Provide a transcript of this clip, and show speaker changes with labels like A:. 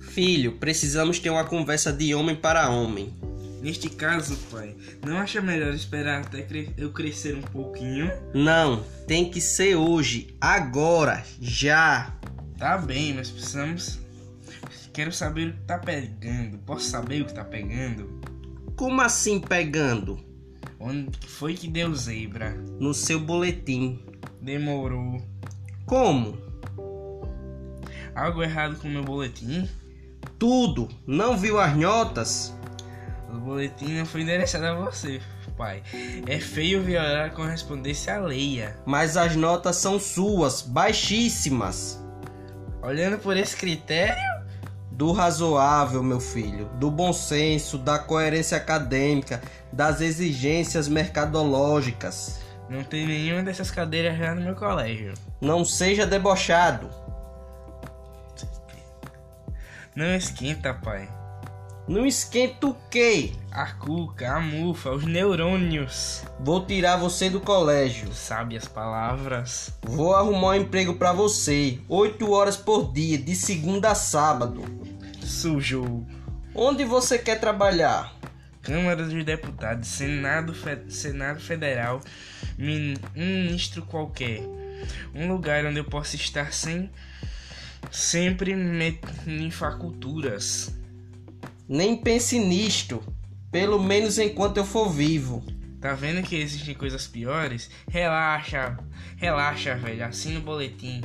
A: Filho, precisamos ter uma conversa de homem para homem.
B: Neste caso, pai, não acha melhor esperar até cre- eu crescer um pouquinho?
A: Não, tem que ser hoje, agora, já.
B: Tá bem, mas precisamos. Quero saber o que tá pegando. Posso saber o que tá pegando?
A: Como assim pegando?
B: Onde que foi que deu zebra?
A: No seu boletim.
B: Demorou.
A: Como?
B: Algo errado com o meu boletim?
A: Tudo. Não viu as notas?
B: O boletim não foi endereçado a você, pai. É feio violar a correspondência alheia.
A: Mas as notas são suas, baixíssimas.
B: Olhando por esse critério,
A: Do razoável, meu filho, do bom senso, da coerência acadêmica, das exigências mercadológicas.
B: não tem nenhuma dessas cadeiras lá no meu colégio.
A: Não seja debochado.
B: Não esquenta, pai.
A: Não esquenta o quê?
B: A cuca, a mufa, os neurônios.
A: Vou tirar você do colégio.
B: Sabe as palavras?
A: Vou arrumar um emprego pra você, 8 horas por dia, de segunda a sábado.
B: Sujo.
A: Onde você quer trabalhar?
B: Câmara dos Deputados, Senado, Fe- Senado Federal, min- um ministro qualquer. Um lugar onde eu possa estar sem sempre me, em faculturas.
A: Nem pense nisto, pelo menos enquanto eu for vivo.
B: Tá vendo que existem coisas piores? Relaxa, relaxa, velho. Assina o boletim.